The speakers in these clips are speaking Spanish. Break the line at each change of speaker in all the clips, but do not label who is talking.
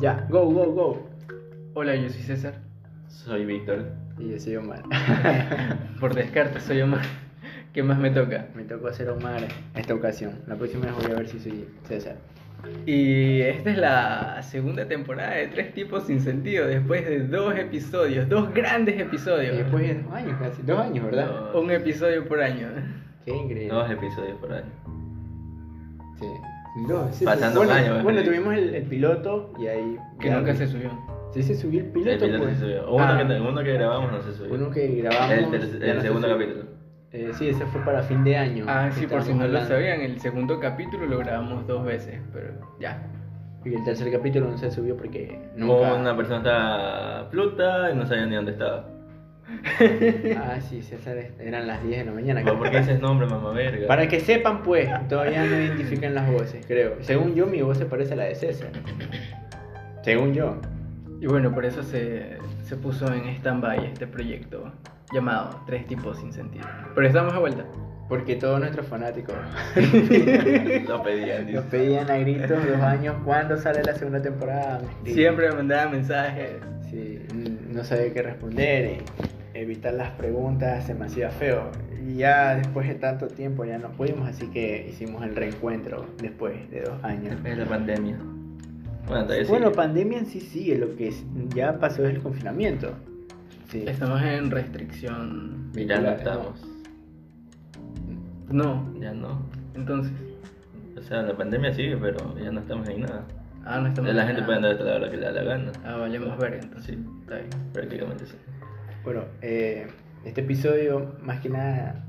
Ya, go, go, go.
Hola, yo soy César.
Soy Víctor.
Y yo soy Omar.
Por descarte, soy Omar. ¿Qué más me toca?
Me tocó hacer Omar esta ocasión. La próxima vez voy a ver si soy César.
Y esta es la segunda temporada de Tres Tipos Sin Sentido, después de dos episodios, dos grandes
Y
episodios.
después de dos años casi, dos años, ¿verdad?
Un episodio por año.
Qué increíble.
Dos episodios por año.
Sí. Dos, sí,
Pasando
bueno,
un año, me
Bueno,
parece.
tuvimos el, el piloto y ahí.
Que
ya-
nunca se subió.
Sí, se subió el
El
piloto.
piloto
pues.
se subió. Uno,
Ah,
que, uno que grabamos no se subió.
uno que grabamos.
el tercer-
ya no
el
se
segundo
subió.
capítulo.
Eh, sí, ese fue para fin de año.
Ah,
que
sí, por si
estábamos
no lo
hablando.
sabían, el segundo capítulo lo grabamos dos veces, pero ya.
Y el tercer capítulo no se subió porque nunca.
Una persona estaba pluta y no sabía ni dónde estaba.
Ah, sí, César, eran las 10 de la mañana.
Pero, ¿Por qué dices nombre, mamá verga?
Para que sepan, pues, todavía no identifican las voces, creo. Según yo, mi voz se parece a la de César. Según yo.
Y bueno, por eso se, se puso en stand-by este proyecto llamado Tres Tipos Sin Sentido. Pero estamos de vuelta.
Porque todos nuestros fanáticos
Lo pedían,
nos
dice.
pedían a gritos dos años cuándo sale la segunda temporada. Y-
Siempre me mandaban mensajes.
Sí, mm, no sabía qué responder. y evitar las preguntas se me hacía feo. Y ya después de tanto tiempo ya no pudimos, así que hicimos el reencuentro después de dos años.
Es la pandemia. Bueno, todavía sí.
Bueno, pandemia en sí sigue, lo que es- ya pasó es el confinamiento. Sí.
Estamos en restricción.
Ya no estamos.
No,
Ya no.
entonces.
O sea, la pandemia sigue, pero ya no estamos en nada.
Ah, no estamos.
La
en
gente
nada.
puede andar hasta la hora que le da la gana.
Ah, valemos ver entonces.
Sí.
Está bien.
Prácticamente sí.
Bueno, eh, este episodio más que nada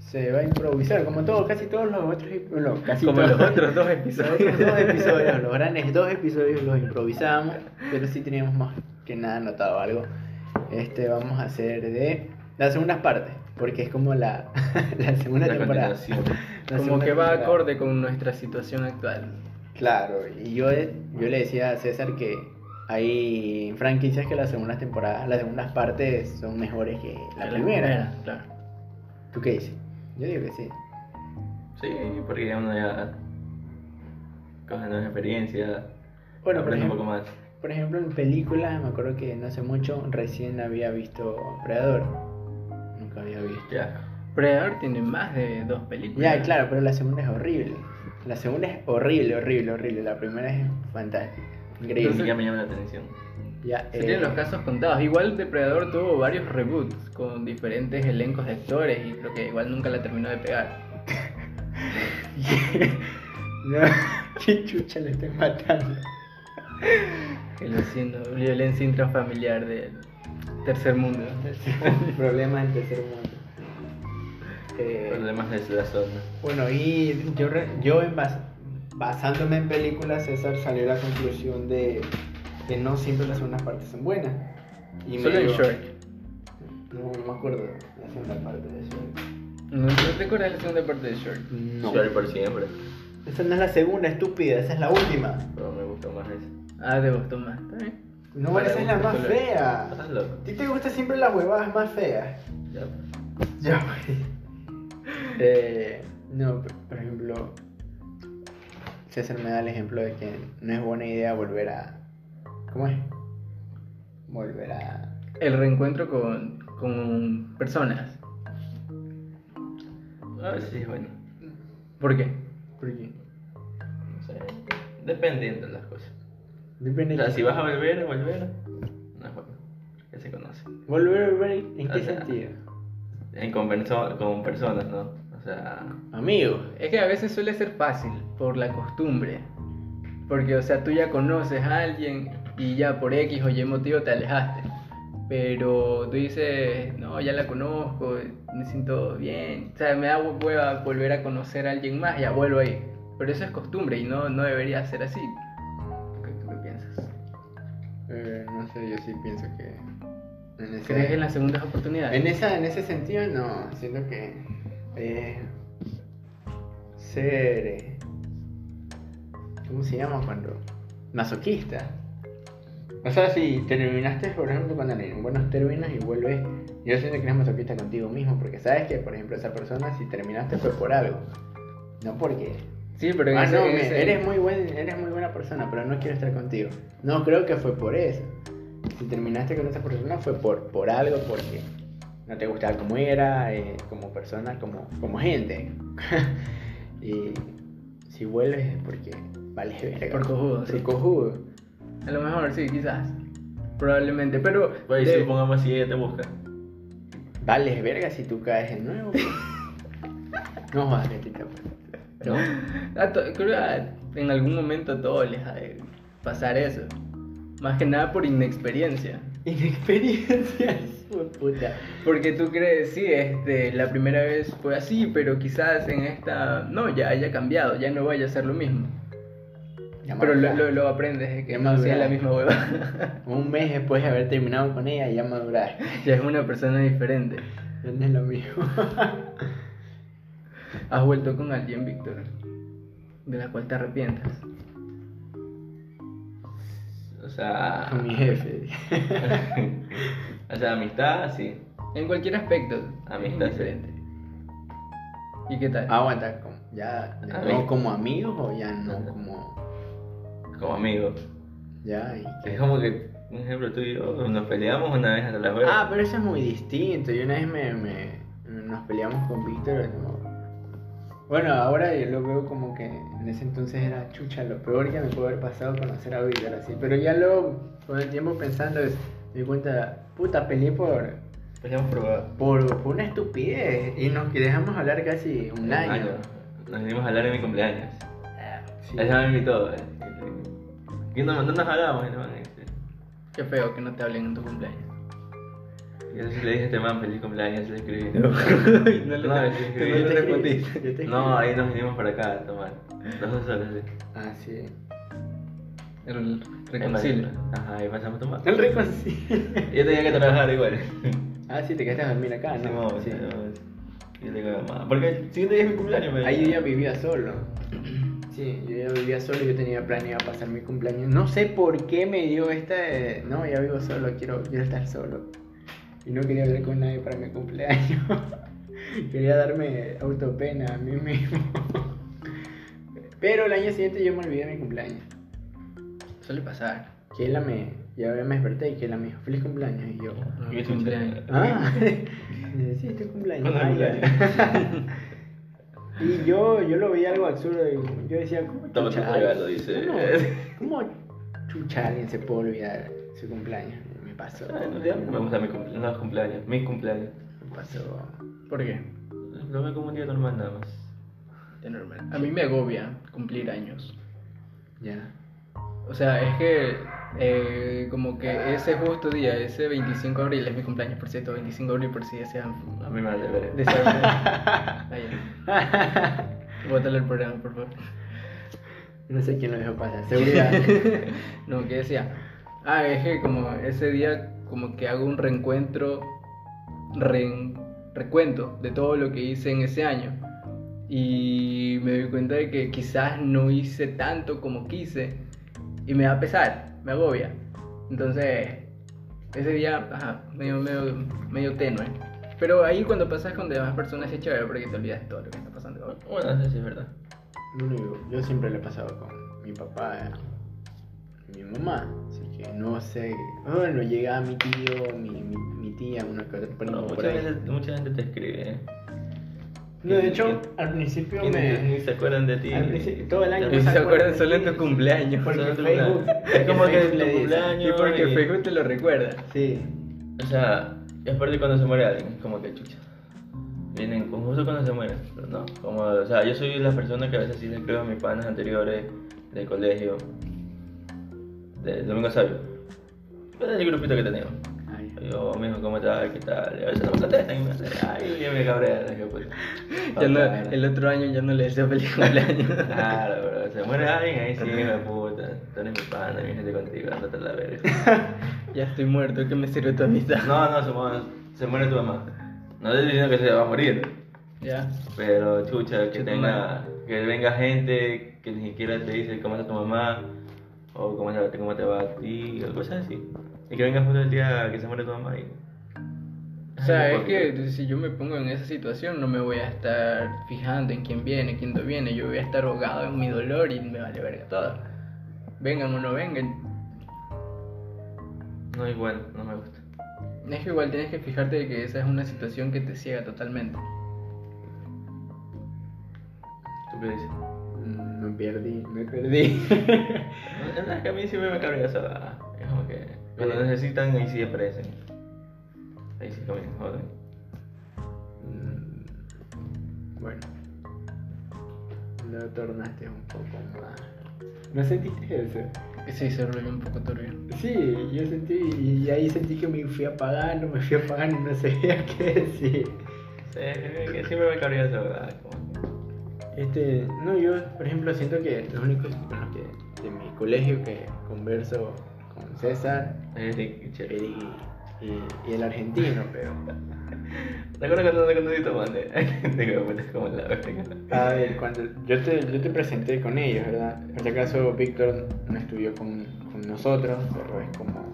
se va a improvisar, como todo, casi todos los otros, no, casi
Como
todos
los otros dos
Los
episodios.
otros dos episodios, los grandes dos episodios los improvisamos, pero sí teníamos más que nada anotado algo. Este vamos a hacer de las segundas partes, porque es como la, la segunda
la
temporada.
continuación.
la
Como
segunda
que va
temporada.
acorde con nuestra situación actual.
Claro, y yo, yo le decía a César que hay franquicias que las segundas temporadas, las segundas partes son mejores que la, primera.
claro.
¿Tú qué dices? Yo digo que sí.
Sí, porque ya uno ya coge nuevas experiencias.
Bueno, por
aprende un
ejemplo,
poco más.
por ejemplo, en películas, me acuerdo que no hace mucho recién había visto Predador. Nunca había visto.
Qué asco.
Predator tiene más de dos películas.
Ya, claro, pero la segunda es horrible. La segunda es horrible, horrible, horrible. La primera es fantástica.
Ni
Increíble.
siquiera me llama la atención.
ya,
Se
eh,
tienen los casos contados. Igual Depredador tuvo varios reboots con diferentes elencos de actores y creo que igual nunca la terminó de pegar.
no, qué chucha le estoy matando.
El vecino, violencia intrafamiliar del tercer mundo.
Problema del tercer mundo. Eh,
Problemas de la zona.
bueno, y yo, re- yo en bas- basándome en películas, César salió a la conclusión de que no siempre las segundas partes son buenas. Y me
Solo en
dio-
Shark.
No, no me acuerdo la segunda parte de Shrek.
¿No no te acuerdas de la segunda parte de Shark?
No.
Suele por siempre.
Esa no es la segunda, estúpida, esa es la última.
Pero me gusta más ese.
Ah, de Boston más. Está bien.
No,
Vale,
esa es la
gusto
más
solo.
fea.
Estás
¿A
loco.
ti te gustan siempre las huevadas más feas?
Ya.
Ya, güey. Eh, no, por- por ejemplo, César me da el ejemplo de que no es buena idea volver a. ¿Cómo es? Volver a.
El reencuentro con, con personas.
Ah, sí, bueno.
¿Por qué?
¿Por qué?
No sé. Dependiendo de las cosas.
Depende
O
de
sea,
qué-
si vas a volver a volver, no es bueno. Que se conoce.
Volver a volver, ¿en qué
O sea-
sentido?
En con, perso- con personas, ¿no? O sea.
Amigo.
Es que a veces suele ser fácil por la costumbre. Porque, o sea, tú ya conoces a alguien y ya por X o Y motivo te alejaste. Pero tú dices, no, ya la conozco, me siento bien. O sea, me da hueva volver a conocer a alguien más, ya vuelvo ahí. Pero eso es costumbre y no, no debería ser así. ¿Tú qué, tú qué piensas?
Eh, no sé, yo sí pienso que. En ese,
¿Crees en las segundas oportunidades?
en esa, en ese sentido, no. Siento que. Eh, ser. eh, ¿Cómo se llama cuando? Masoquista. O sea, si terminaste, por ejemplo, con alguien en buenos términos y vuelves. Yo siento que eres masoquista contigo mismo, porque sabes que, por ejemplo, esa persona, si terminaste, fue por algo. No porque.
Sí, pero en
ah,
ese-
no,
en
me-
ese-
eres, muy buen, eres muy buena persona, pero no quiero estar contigo. No, creo que fue por eso. Si terminaste con esa persona fue por, por algo, porque no te gustaba como era, eh, como persona, como, como gente. y si vuelves es porque vales verga.
Por cojudo,
Por
sí.
cojudo.
A lo mejor, sí, quizás. Probablemente, pero.
Pues
de-
si pongamos así, ella te busca.
Vales verga si tú caes de nuevo. pues. no jodas, Betita, pues. No.
a to- creo que a- en algún momento a todos les ha de pasar eso. Más que nada por inexperiencia.
Inexperiencia, hijo de puta.
Porque tú crees, sí, este, la primera vez fue así, pero quizás en esta. No, ya haya cambiado, ya no vaya a ser lo mismo.
Ya
Pero lo,
maduraste.
lo, lo aprendes de que
Ya
no sea
maduraste.
la misma hueva.
Un mes después de haber terminado con ella, ya maduraste.
ya es una persona diferente.
Ya No es lo mismo.
¿Has vuelto con alguien, Víctor? De la cual te arrepientas.
O sea.
Con mi jefe.
o sea, amistad, sí.
En cualquier aspecto.
Amistad,
es diferente. ¿Y qué tal?
Ah, Aguanta, ¿cómo? ¿ya de
A
nuevo
ver.
como amigos o ya no como.?
Como amigos.
Ya, y que-
Es como que, un ejemplo, tú y yo nos peleamos una vez hasta las huevas.
Ah, pero eso es muy distinto. Y una vez me, me- nos peleamos con Víctor. no. Bueno, ahora yo lo veo como que en ese entonces era chucha, lo peor que me pudo haber pasado conocer a Víctor así. Pero ya luego, con el tiempo pensando, es- me di cuenta, puta, peleé por,
Peleamos por huevas.
por, por una estupidez y nos dejamos hablar casi un año. Ah,
Nos vinimos a hablar en mi cumpleaños.
Sí.
Ella me invitó. eh. Y no, no nos hablábamos. ¿no? Este,
Qué feo que no te hablen en tu cumpleaños.
Y Yo sí le dije a este man feliz cumpleaños, le escribí.
no le-
No, es
que
que-
no
Yo te
le
escribí,
respondiste.
yo te
No,
escribí.
ahí nos vinimos para acá a tomar. Los dos solos, sí.
Ah, sí.
El reconcilio.
Ajá, ahí pasamos a tomar.
El reconcilio.
Yo tenía que trabajar igual.
Ah, sí, te quedaste a dormir acá,
Sí,
¿no?
vamos,
Sí.
sí, vamos. Yo le digo, mamá. Porque el siguiente día es mi cumpleaños, pero-
Ahí yo ya vivía solo. Sí, yo ya vivía solo y yo tenía planeado pasar mi cumpleaños. No sé por qué me dio esta de, No, ya vivo solo, quiero, quiero estar solo. Y no quería hablar con nadie para mi cumpleaños. quería darme autopena a mí mismo. Pero el año siguiente yo me olvidé de mi cumpleaños.
Suele pasar.
Que la me... Ya me desperté y que la me dijo, feliz cumpleaños. Y yo...
Ah,
Qué
tu cumpleaños.
chucha.
Ah, sí, este cumpleaños.
¿Cuándo es
Ah,
cumpleaños?
ya. y yo, yo lo veía algo absurdo y yo decía, ¿cómo
Toma tu
chucha?
regalo, dice.
¿Cómo, cómo chucha alguien se puede olvidar su cumpleaños? Me pasó.
Ah, no, ya no Me gusta mi cumpleaños, los cumpleaños, mis cumpleaños.
Me pasó.
¿Por qué?
Lo veo como un día normal nada más.
De normal. A mí me agobia cumplir años.
Ya.
O sea, es que eh, como que ese justo día, ese 25 de abril, es mi cumpleaños, por cierto, 25 de abril, por si desean
A mí me vale ver.
desarrollar. Ahí. Bótale el programa, por favor.
No sé quién lo dejó pasar. Seguridad.
no, que decía. Ah, es que como ese día como que hago un reencuentro, ren- recuento de todo lo que hice en ese año. Y me doy cuenta de que quizás no hice tanto como quise. Y me da pesar, me agobia. Entonces, ese día, ajá, medio, medio, medio tenue. Pero ahí cuando pasas con demás personas es chévere porque te olvidas de todo lo que está pasando.
Bueno, no sé si es verdad.
Lo único, yo siempre lo he pasado con mi papá y mi mamá. Así que no sé. Bueno, llegaba mi tío, mi, mi, mi tía, una que otra prima
No,
por
mucha,
ahí.
gente, mucha gente te escribe, ¿eh?
No, de hecho, al principio
Y ni,
me.
ni se acuerdan de ti.
al principio- todo el año
Y
me
se
acuerdo
acuerdan
de
solo en
ti.
tu cumpleaños.
Porque
Solo en tu
Facebook-
cumpleaños. Es como que
Facebook
tu
le dice.
cumpleaños.
Y porque
y-
Facebook te lo recuerda.
Sí.
O sea, es parte cuando se muere alguien, es como que chucha. Vienen con justo cuando se mueren, pero no. Como, o sea, yo soy la persona que a veces sí le creo a mis panas anteriores del colegio, del Domingo Sabio. Pero es el grupito que tenemos.
Ay,
Yo, mijo, ¿cómo tal? ¿Qué tal? Y a veces no me contestan y me hacen, ay, yo me cabrea, que puta.
Ya no-
Papá.
el otro año ya no le deseo feliz cumpleaños.
Claro, bro, se muere alguien, ahí sí, me puta. Tú eres mi pana, mi gente contigo, ándate a la verga.
ya estoy muerto, ¿qué me sirve tu amistad?
No, no, se muere, se muere tu mamá. No estoy diciendo que se va a morir,
Ya.
pero chucha, que
Chuta
tenga, que venga gente que ni siquiera te dice cómo está tu mamá, o cómo te, cómo te va a ti, o cosas así. Y que venga justo el día que se muere tu mamá y...
O sea, es que si yo me pongo en esa situación no me voy a estar fijando en quién viene, quién no viene, yo voy a estar ahogado en mi dolor y me vale verga todo. Vengan o no vengan.
No, igual, no me gusta.
Es que igual tienes que fijarte de que esa es una situación que te ciega totalmente.
¿Tú qué dices?
Mm, Me perdí, me perdí.
Es verdad que a mí siempre me cabrea esa vaga. Es como que cuando necesitan, ahí sí aparecen. Ahí sí también, joden.
Mm, bueno. Lo tornaste un poco más. ¿No sentiste eso?
Sí, se rollo un poco turbio.
Sí, yo sentí, y ahí sentí que me fui apagando, me fui apagando y no sabía qué decir.
Sí, es que siempre me cabrea esa vaga. Como que...
Este, no, yo, por ejemplo, siento que los únicos con los que de mi colegio que converso con César,
Eric, qué chévere.
Eric y, y- y el argentino, pero.
¿Te acuerdas cuando te conocí tomando? Te digo, puta, es como la verga.
A ver, cuando yo te, yo te presenté con ellos, ¿verdad? Por si acaso Víctor no estudió con, con nosotros, pero es como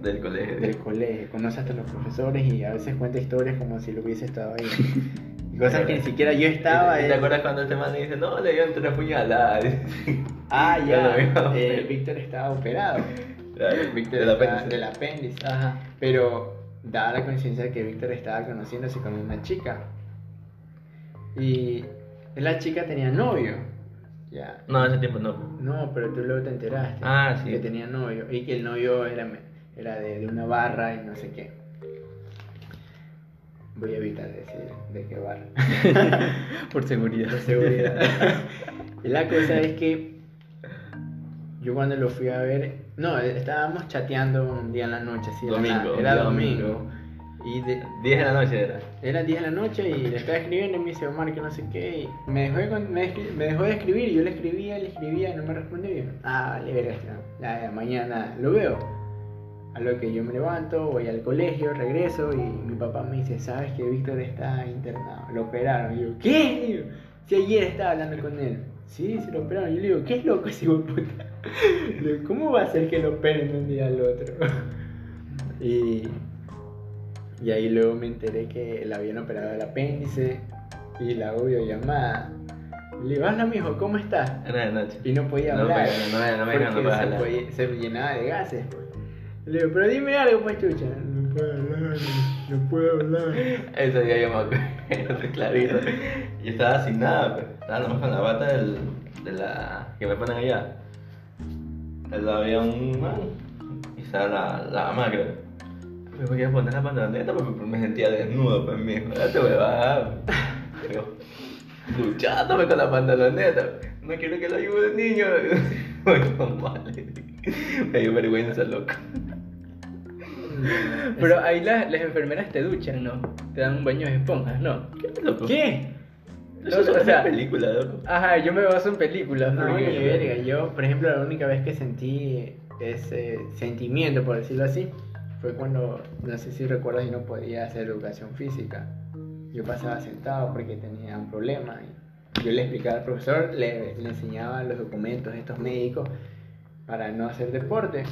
Del colegio.
del colegio, conoce hasta los profesores y a veces cuenta historias como si lo hubiese estado ahí. Y cosas que ni siquiera yo estaba.
¿Y te- ¿Te
él-
acuerdas cuando este man le dice, no, le dieron tres puñaladas?
Ah,
Yo
ya.
lo veo.
eh, Víctor estaba operado.
Claro,
Víctor
de la
estaba-
apéndice.
del apéndice.
Ajá.
Pero daba la conciencia de que Víctor estaba conociéndose con una chica. Y la chica tenía novio. Ya.
No, ese tiempo no.
No, pero tú luego te enteraste.
Ah, sí.
Que tenía novio. Y que el novio era, me- era de, de una barra y no sé qué. Voy a evitar decir de qué barra.
Por seguridad.
de seguridad. y la cosa es que yo cuando lo fui a ver, no, estábamos chateando un día en la noche, así de la
Domingo,
nada, era
día
domingo.
domingo.
Y de-
10 de la noche era.
era 10 de la noche y le estaba escribiendo y me dice Omar que no sé qué. Y me, dejó de, con- me, escri- me dejó de escribir y yo le escribía, le escribía y no me respondió. Y yo, ah, le verás, mañana lo veo. A lo que yo me levanto, voy al colegio, regreso y mi papá me dice, ¿sabes que Víctor está internado? Lo operaron. Y yo, ¿qué? Y yo, si ayer estaba hablando con él. Sí, se lo operaron. Y yo le digo, ¿qué es loco ese hijo de puta? Le digo, ¿Cómo va a ser que lo operen de un día al otro? Y, y ahí luego me enteré que la habían operado del apéndice y la hago videollamada. Y le digo, hola mijo, ¿cómo estás?
Era de noche.
Y no podía
No,
hablar.
pero no, no, no, no, no
porque
puedes
se,
hablar.
podía- se llenaba de gases. pues. Le digo, pero dime algo, pues chucha. No puedo hablar, no puedo hablar.
Ese día yo me acuerdo, clarito. Yo estaba sin nada, pues. Estaba nomás con la bata del, de la que me ponen allá. Al lado había un man y estaba la, la mamá, creo. Me voy a poner la pantaloneta porque me sentía desnudo, pues, mijo. Ya te voy a bajar. Duchándome con la pantaloneta. No quiero que lo ayude, niño. Bueno, vale. Me dio vergüenza, loco.
Pero ahí las, las enfermeras te duchan, ¿no? Te dan un baño de esponjas, ¿no?
Loco.
¿Qué?
Eso es
O
una
sea-
película, loco.
Ajá, yo me baso en películas.
No,
porque-
ni verga. Yo, por ejemplo, la única vez que sentí ese sentimiento, por decirlo así, fue cuando, no sé si recuerdas, yo no podía hacer educación física. Yo pasaba sentado porque tenía un problema. y yo le explicaba al profesor, le, le enseñaba los documentos de estos médicos para no hacer deporte.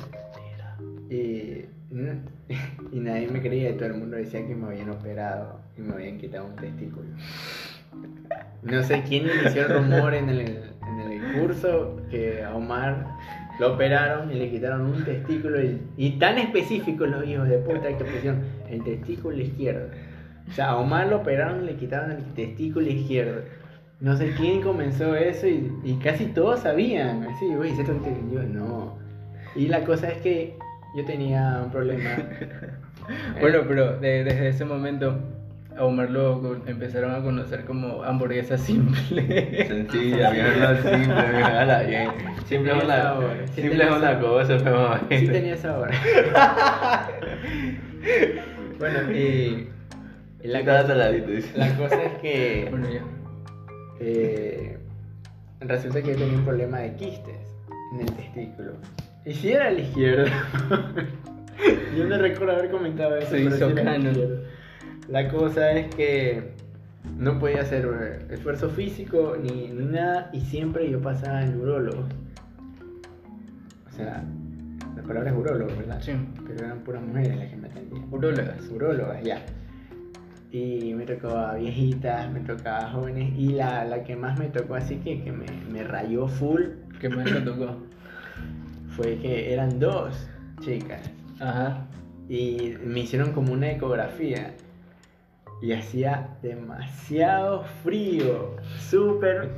Y, mm, y nadie me creía y todo el mundo decía que me habían operado y me habían quitado un testículo. No sé quién inició el rumor en el, en el curso que a Omar lo operaron y le quitaron un testículo y, y tan específicos los hijos de puta que pusieron el testículo izquierdo. O sea, a Omar lo operaron y le quitaron el testículo izquierdo. No sé quién comenzó eso y, y casi todos sabían. Así, güey, ese tontería". Y yo, no. Y la cosa es que yo tenía un problema. Eh,
Bueno, pero de- desde ese momento a Omar lo co- empezaron a conocer como hamburguesa simple.
Sencilla, mierda, simple, mierda, bien. Simple es una,
Sabor, sí
simple es
tenía
una
sabor.
cosa, pero mamá.
Sí tenía sabor. bueno, y la,
Estaba
cosa-
saladito, dice.
la cosa es que
bueno, ya.
eh, resulta que yo tenía un problema de quistes en el testículo. Y si era el izquierdo. yo no recuerdo haber comentado eso.
Se
pero
hizo
sí era el
canon.
izquierdo. La cosa es que no podía hacer eh, esfuerzo físico ni, ni nada y siempre yo pasaba en urólogo. O sea, la palabra es urólogo, ¿verdad?
Sí.
Pero eran puras mujeres las que me atendían.
Urólogas.
Urólogas, ya. Y me tocó a viejitas, me tocaba a jóvenes. Y la, la que más me tocó, así que, que me, me rayó full,
¿Qué más te tocó?
fue que eran dos chicas.
Ajá.
Y me hicieron como una ecografía. Y hacía demasiado frío. Súper.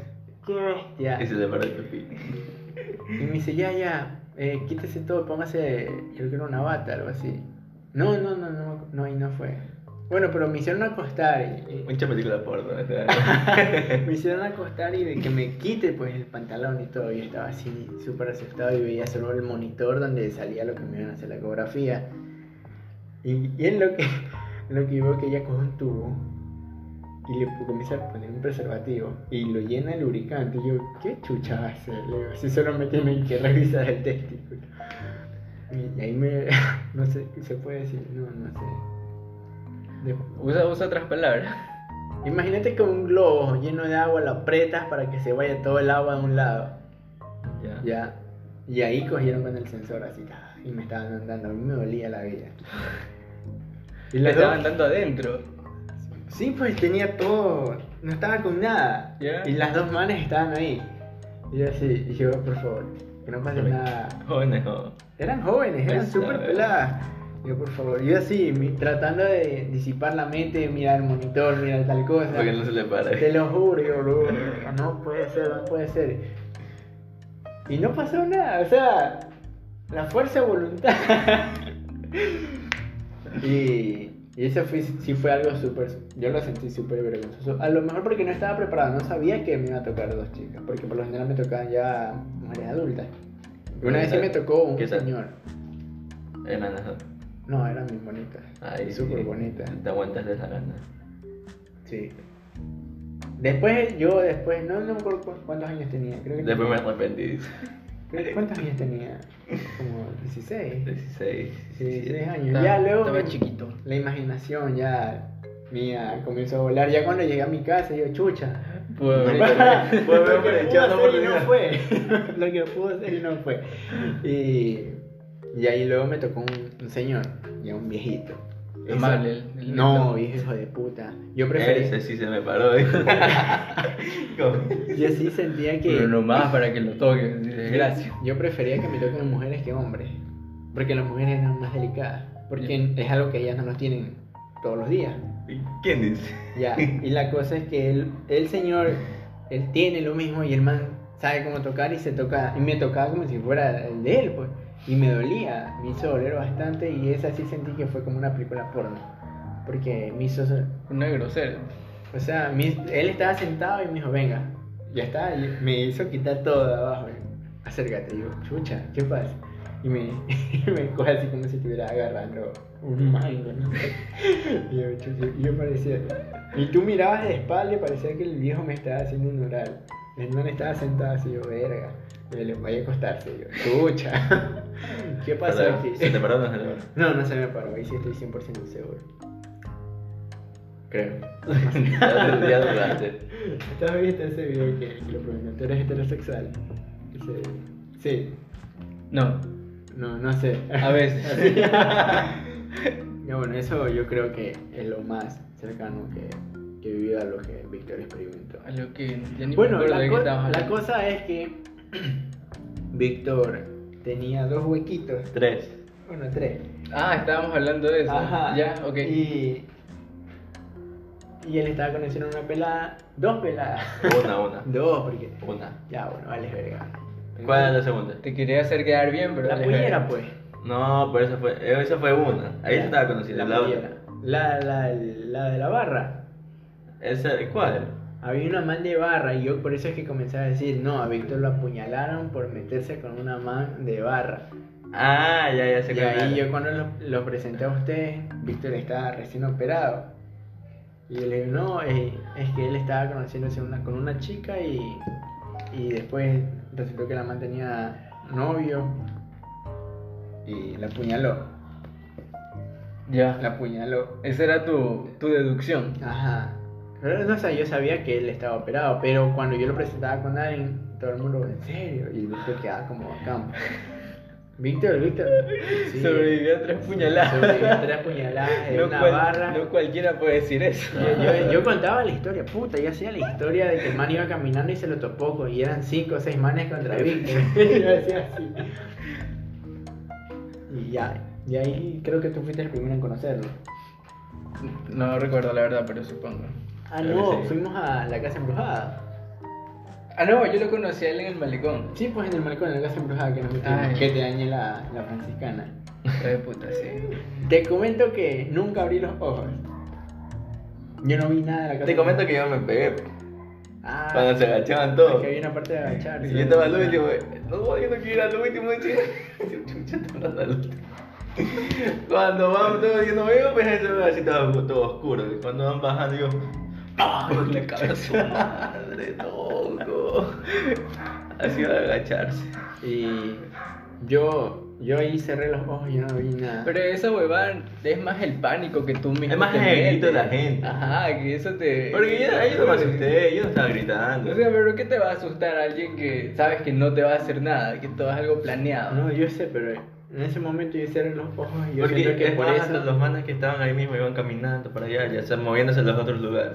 ¡Qué bestia!
Y se le paró el pipí.
Y me dice, ya, ya, eh, quítese todo, póngase, creo que era una bata, algo así. No, no, no, no, no, y no fue. Bueno, pero me hicieron acostar. y-
Mucha película porno. ¿verdad?
y- me hicieron acostar y de que me quite pues el pantalón y todo. Y yo estaba así súper asustado y veía solo el monitor donde salía lo que me iban a hacer la ecografía. Y, y en lo que, en lo que veo que ella coge un tubo y le pu- comienza a poner un preservativo y lo llena de lubricante. Y yo, ¿qué chucha va a hacer? Le digo, si solo me tienen que revisar el testículo. Y ahí me. No sé, ¿se puede decir? No, no sé. De-
Usa, usa otras palabras.
Imagínate que un globo lleno de agua lo apretas para que se vaya todo el agua de un lado.
Ya.
Ya. Y ahí cogieron con el sensor así. ta, Y me estaban andando. A mí me dolía la vida.
Y
las
estaban
dos?
dando adentro.
Sí, pues tenía todo. No estaba con nada.
Ya.
Y las dos manes estaban ahí. Y yo así, y yo, por favor, que no pase nada.
Jóvenes o.
Eran jóvenes, eran
Pues, a
súper
ver.
peladas. Yo, por favor, yo así, mi- tratando de disipar la mente, mirar el monitor, mirar tal cosa.
Porque no se le para.
Te lo juro, yo, bro, no puede ser, no puede ser. Y no pasó nada, o sea, la fuerza de voluntad. y, y eso fue, sí fue algo súper, yo lo sentí súper vergonzoso. A lo mejor porque no estaba preparado, no sabía que me iba a tocar dos chicas, porque por lo general me tocaban ya mujeres adultas. Una vez sí me tocó un
¿Qué tal?
señor.
Hermanas. ¿no?
No, eran bien bonitas.
Ahí sí.
súper bonitas.
Te aguantas de esa gana.
Sí. Después, yo después, no, no me acuerdo cu- cuántos años tenía. Creo que
Después me arrepentí.
Creo que- ¿Cuántos años tenía? Como 16.
16.
16 años.
Estaba-
Ya luego
Estaba
me-
chiquito.
la imaginación ya mía comenzó a volar. Ya cuando llegué a mi casa, yo chucha.
Pobre.
Fue
Lo que
aprovechando
pudo hacer y no
oportunidad.
fue. Lo que pudo hacer y no fue. Y, y ahí luego me tocó un, un señor, ya un viejito. Ese-
Amable, el- el
no, viejo hijo de puta. Yo preferí.
Ese sí se me paró. dijo. Como-
Yo sí sentía que.
Pero nomás para que lo toquen. dices, Gracias.
Yo prefería que me toquen mujeres que hombres. Porque las mujeres eran más delicadas. Porque es algo que ellas no nos tienen todos los días.
¿Y ¿Quién dice?
Ya. Y la cosa es que él, el señor, él tiene lo mismo y el man sabe cómo tocar y se toca. Y me tocaba como si fuera el de él, pues. Y me dolía, me hizo doler bastante y esa sí sentí que fue como una película porno. Porque me hizo.
Una grosera.
O sea, me- él estaba sentado y me dijo, venga, ya está, y me hizo quitar todo de abajo. Acércate, y yo, chucha, ¿qué pasa? Y me, y me coge así como si estuviera agarrando un mango, ¿no? Y yo, chucha, y yo parecía... Y tú mirabas de espalda y parecía que el viejo me estaba haciendo un oral. El man estaba sentado así, yo, verga, y le voy a acostarse, y yo, chucha. ¿Qué pasó
Parado.
aquí?
¿Se te paró o no se te paró?
No, no se me paró, ahí sí estoy 100% seguro. Creo.
Ya- Ya dudaste.
¿Estás viste ese video que, que lo preguntan? ¿Tú eres heterosexual? Dice, sí,
No.
no, no sé.
A veces.
Ya bueno, eso yo creo que es lo más cercano que, que he vivido a lo que Víctor experimentó.
A lo que ya ni
Bueno,
me acuerdo
la,
de qué
co-
estábamos
la
hablando.
cosa es que Víctor tenía dos huequitos,
Tres.
bueno, tres.
Ah, estábamos hablando de eso.
Ajá.
Ya, ok.
Y, y él estaba conociendo una pelada, dos peladas.
Una, una.
dos, porque.
Una.
Ya, bueno, vale, verga.
¿Cuál era la segunda?
Te quería hacer quedar bien, pero.
La
vale,
puñera,
verga.
pues.
No, pero esa fue, esa fue una. Ahí se estaba conociendo.
La,
La
pollera.
otra.
La, la, la de la barra.
Esa, ¿Cuál?
Había una man de barra y yo por eso es que comencé a decir, no, a Víctor lo apuñalaron por meterse con una man de barra.
Ah, ya, ya se
Y ahí yo cuando lo, lo presenté a ustedes, Víctor estaba recién operado. Y yo le digo, no, eh, es, que él estaba conociéndose una- con una chica y, y después resultó que la man tenía novio y la apuñaló.
Ya.
La apuñaló.
Esa era tu, tu deducción.
Ajá. Pero no, o sea, yo sabía que él estaba operado, pero cuando yo lo presentaba con alguien, todo el mundo, en serio, y Víctor quedaba como campo. Víctor, Víctor. Sí.
Sobrevivió a tres puñaladas.
Sobrevivió a tres puñaladas en
no,
una
cual-
barra.
no cualquiera puede decir eso.
Yo, yo- yo contaba la historia, puta, yo hacía la historia de que el man iba caminando y se lo topó con- y eran cinco o seis manes contra Víctor. yo hacía así. Y ya, y ahí creo que tú fuiste el primero en conocerlo.
No recuerdo la verdad, pero supongo.
Ah,
Creo
no,
que sí.
fuimos a la casa embrujada.
Ah, no, yo lo conocí a él en el malecón.
Sí, pues en el marco de la casa embrujada que nos
Ay.
metimos, que te dañé la, la franciscana.
Hijo de puta, sí.
Te comento que nunca abrí los ojos. Yo no vi nada de la casa.
Te comento que yo me pegué.
Ah,
Cuando se agachaban todos.
Que había una parte de agacharse.
Y yo estaba al último, güey. No, yo no quiero ir al último, chico. Chucha, está hablando al último. Cuando van todos, yo no veo, pues ese lugar así estaba todo oscuro. Y cuando van bajando, yo.
Ah,
¡Ay, la cabeza! ¡Madre, loco! Así va a agacharse.
Y yo, yo ahí cerré los ojos y yo no vi nada.
Pero esa huevada es más el pánico que tú mismo.
Es más
te
el grito de
metes.
la gente.
Ajá, que eso te.
Porque yo, ahí no me asusté, yo no estaba gritando.
O sea, pero ¿qué te va a asustar a alguien que sabes que no te va a hacer nada? Que todo es algo planeado.
No, yo sé, pero en ese momento yo cerré los ojos y yo
Porque
siento que
es
por
más,
eso...
hasta los manes que estaban ahí mismo iban caminando para allá, ya se moviéndose a los otros lugares.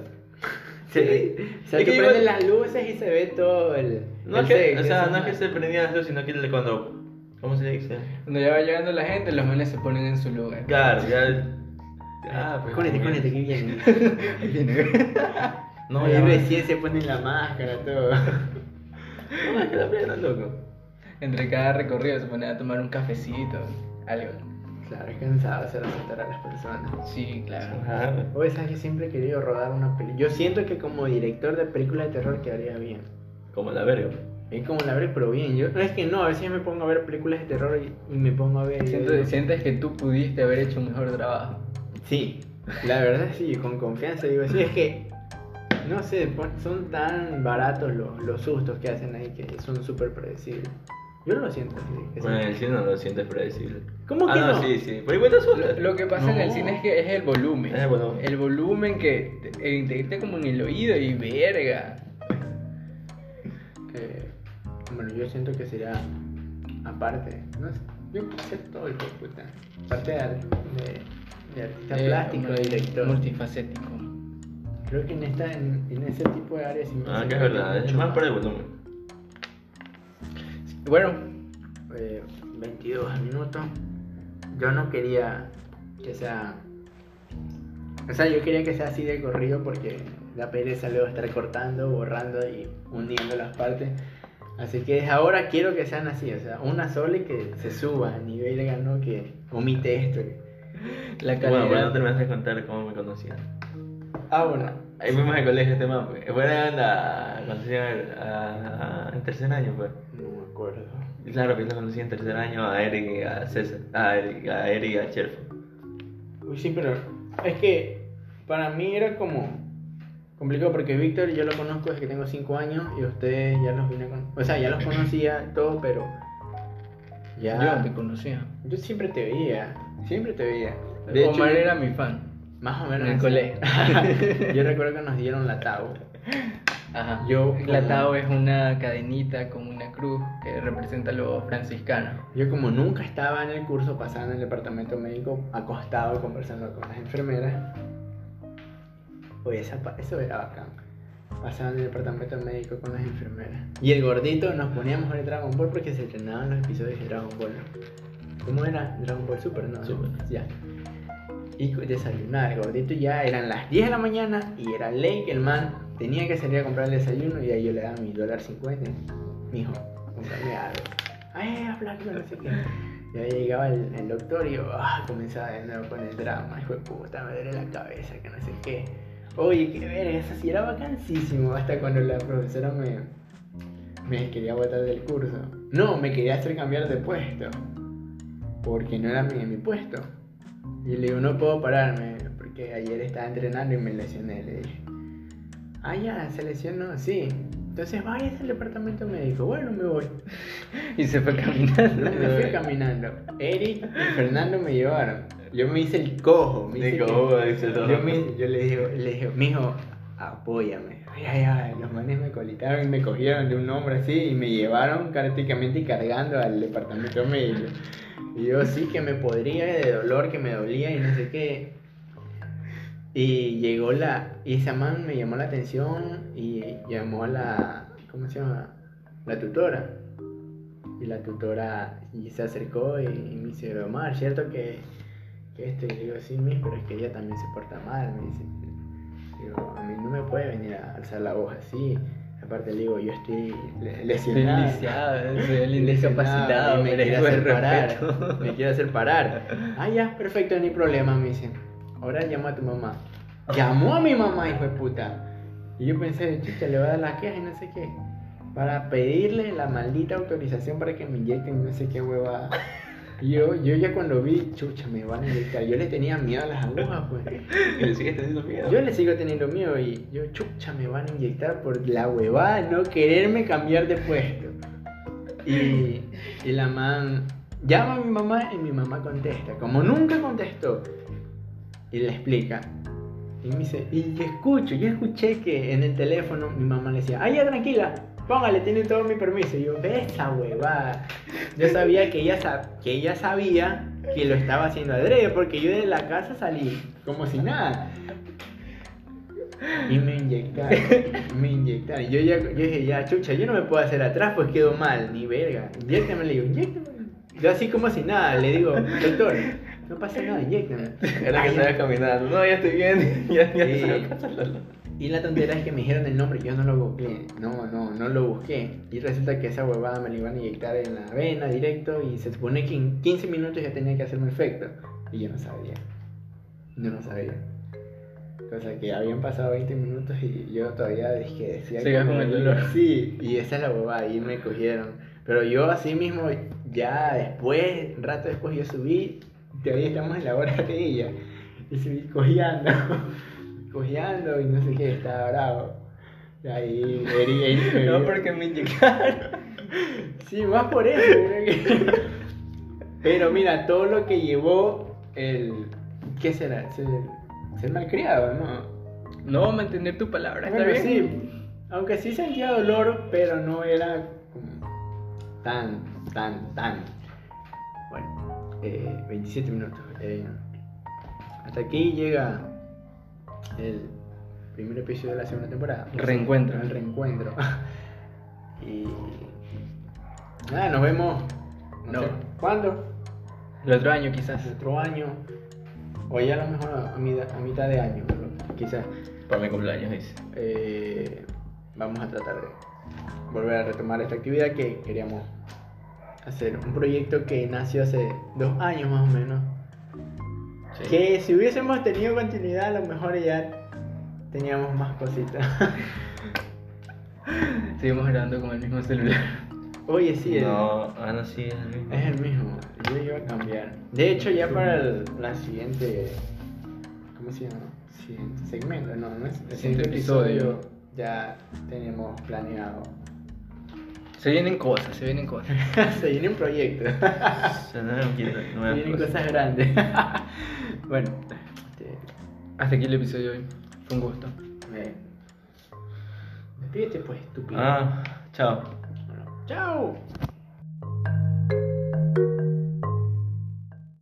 Sí. O sea,
Es
que
que
prenden
igual-
las luces y se ve todo el...
No
el
es que,
set,
o sea,
eso,
no es
¿no?
que se prendían las luces, sino que le- cuando. ¿Cómo se dice?
Cuando ya va llegando la gente, los manes se ponen en su lugar.
Claro, ya. Ah, pues.
Cónete,
como
cónete,
que-
que viene.
No,
y
ya. va.
recién se ponen la máscara, todo.
No, es que la plena, loco.
Entre cada recorrido se ponen a tomar un cafecito, algo.
Claro, es cansado hacer asustar a las personas.
Sí, claro.
Ajá, pues.
O esa que siempre he querido rodar una película. Yo siento que como director de película de terror quedaría bien.
Como la verga.
Es como la veré, pero bien. Yo, es que no, a veces me pongo a ver películas de terror y, y me pongo a ver. eh,
Siento- sientes que tú pudiste haber hecho un mejor trabajo.
Sí, la verdad sí, con confianza digo. Sí, es que, no sé, pon- son tan baratos los, los sustos que hacen ahí que son súper predecibles. Yo no lo siento así. que
Bueno, en
son-
el cine no lo sientes predecible.
¿Cómo que
ah,
no?
sí, sí. Pero igual te
Lo,
asustas.
lo que pasa en el
No.
cine es que es el volumen.
Es el volumen.
El volumen que te, eh, te irte como en el oído y verga.
que- bueno, yo siento que sería aparte. No sé, yo sé todo el puta. Aparte de, ar- de- de artista
Eh,
plástico,
mul-
de director.
Multifacético.
Creo que en, esta, en, en ese tipo de áreas sí me
Ah,
siento
que es verdad, es
mucho
más por el volumen.
Bueno,
Eh, 22 minutos. Yo no quería que sea. O sea, yo quería que sea así de corrido porque la pereza luego estar cortando, borrando y uniendo las partes. Así que desde ahora quiero que sean así, o sea, una sola y que se suba a nivel ganó que omite esto.
la calidad.
Bueno, pero no terminaste de contar cómo me conocían.
Ah, bueno.
Ahí fuimos al colegio este man, pues. Bueno, anda, conocí a, a- a- en tercer año, pues.
No me acuerdo.
Y Claro, pues lo conocí en tercer año a Eric y a César, a Eric, a Eric y a Cherfo.
Uy, sí, pero es que para mí era como complicado porque Víctor yo lo conozco desde que tengo 5 años y ustedes ya los vine a con... O sea, ya los conocía todo, pero
Yo
ya...
te conocía.
Yo, siempre te veía, siempre te veía.
Omar era mi fan.
más o menos...
en el
así.
colegio.
yo recuerdo que nos dieron la tau.
Ajá.
Yo
El atado es una cadenita con una cruz que representa a los franciscanos.
Yo como nunca estaba en el curso, pasaba en el departamento médico acostado conversando con las enfermeras. Oye, esa pa- eso era bacán. Pasaba en el departamento médico con las enfermeras. Y el gordito nos poníamos a ver Dragon Ball porque se entrenaban los episodios de Dragon Ball. ¿Cómo era? Dragon Ball Super, ¿no?
Super.
Ya. Y cu- desayunar, el gordito ya eran las 10 de la mañana y era ley que el man tenía que salir a comprar el desayuno y ahí yo le daba mi dólar 50. Mijo, comprame algo. Ay, habla que no sé qué. Y ahí llegaba el, el doctor y yo ah, comenzaba de nuevo con el drama. Hijo de puta, me duele la cabeza, que no sé qué. Oye, qué verga, esa sí era vacancísimo. Hasta cuando la profesora me, me quería botar del curso. No, me quería hacer cambiar de puesto. Porque no era mi, mi puesto. Y le digo, no puedo pararme. Porque ayer estaba entrenando y me lesioné. Le dije, ah, ya, se lesionó, sí. Entonces váyase al departamento médico. Bueno, me voy.
Y se fue
No,
caminando.
me fui caminando. Eric y Fernando me llevaron. Yo me hice el cojo. Me hice
Digo,
el-
"Oh", dice todo.
yo, me- yo le dije, le dije, mijo, apóyame. mira, ya, los manes me colitaron y me cogieron de un hombre así y me llevaron prácticamente cargando al departamento médico. Y yo sí que me podría de dolor, que me dolía y no sé qué. Y llegó la. Y esa man me llamó la atención y llamó a la. ¿Cómo se llama? La tutora. Y la tutora y se acercó y, y me dice: Omar, ¿cierto que, que esto? Y le digo: Sí, mis, pero es que ella también se porta mal. Me dice: Digo, a mí no me puede venir a alzar la voz así. Aparte le digo, yo estoy le-
Estoy
lesionado.
lisiado, soy el
Lesionado,
indiscapacitado,
y me quiere
merezco el
hacer
respeto.
parar. Me quiere hacer parar. Ah, ya, perfecto, no hay problema, me dicen. Ahora llama a tu mamá. Llamó a mi mamá, hijo de puta. Y yo pensé, chucha, le voy a dar la queja y no sé qué. Para pedirle la maldita autorización para que me inyecten no sé qué hueva. Y Yo, yo ya cuando vi, chucha, me van a inyectar. Yo le tenía miedo a las agujas, pues.
Y le sigues teniendo miedo.
Yo le sigo teniendo miedo y yo, chucha, me van a inyectar por la huevada de no quererme cambiar de puesto. Y, y la man llama a mi mamá y mi mamá contesta, como nunca contestó. Y le explica. Y me dice, y yo escucho, yo escuché que en el teléfono mi mamá le decía, ay, ya tranquila, póngale, tiene todo mi permiso. Y yo, ve esa huevada. Yo sabía que ella, sa- que ella sabía que lo estaba haciendo adrede, porque yo de la casa salí como si nada. Y me inyectaron, me inyectaron. Yo, ya, yo dije, ya, chucha, yo no me puedo hacer atrás, pues quedo mal, ni verga. Inyéctame, le digo, inyéctame. Yo así como si nada, le digo, doctor, no pasa nada, inyéctame.
Era que
Ay,
estaba caminando. No, ya estoy bien. Ya, ya
Sí.
salgo a casa, Lolo.
Eh, Y la tontera es que me dijeron el nombre, yo no lo busqué. No, no, no lo busqué. Y resulta que esa huevada me la iban a inyectar en la vena directo y se supone que en 15 minutos ya tenía que hacerme efecto. Y yo no sabía. Yo no sabía. Cosa que habían pasado 20 minutos y yo todavía dije, decía
Seguías
como-
con el dolor.
Sí, y esa es la huevada, y me cogieron. Pero yo así mismo, ya después, un rato después yo subí, todavía estamos en la hora de ella. Y subí cojeando, cojeando y no sé qué, estaba bravo. Y Ahí, heri- heri- herido.
No, porque me inyectaron.
Sí, más por eso. creo que- Pero mira, todo lo que llevó el... ¿Qué será? Ser, ser malcriado, ¿no?
No, mantener tu palabra, está
Bueno,
bien.
sí, aunque sí sentía dolor, pero no era como tan, tan, tan. Bueno, eh, 27 minutos. eh, hasta aquí llega el primer episodio de la segunda temporada.
Reencuentro.
El reencuentro. y nada, nos vemos. No,
No.
sé cuándo.
El otro año quizás.
El otro año. O ya a lo mejor a, mida- a mitad de año, ¿no? quizás.
Para mi cumpleaños, dice.
Eh, vamos a tratar de volver a retomar esta actividad que queríamos hacer. Un proyecto que nació hace dos años más o menos.
Sí.
Que si hubiésemos tenido continuidad, a lo mejor ya teníamos más cositas.
Seguimos grabando con el mismo celular.
Oye, sí, el-
No, ah, no, sí, es el mismo.
es el mismo. Yo iba a cambiar. De hecho, ya para el- la siguiente. ¿Cómo se llama? Siguiente segmento, no, no es. El
Siguiente episodio.
Ya tenemos planeado.
Se vienen cosas, se vienen cosas.
Se viene un proyecto.
Se nos han quitado nuevas
Vienen
cosas.
cosas grandes. bueno, este,
Hasta aquí el episodio de hoy. Fue un gusto.
me... despídete pues, estúpido.
Ah, chao.
Bueno, chao.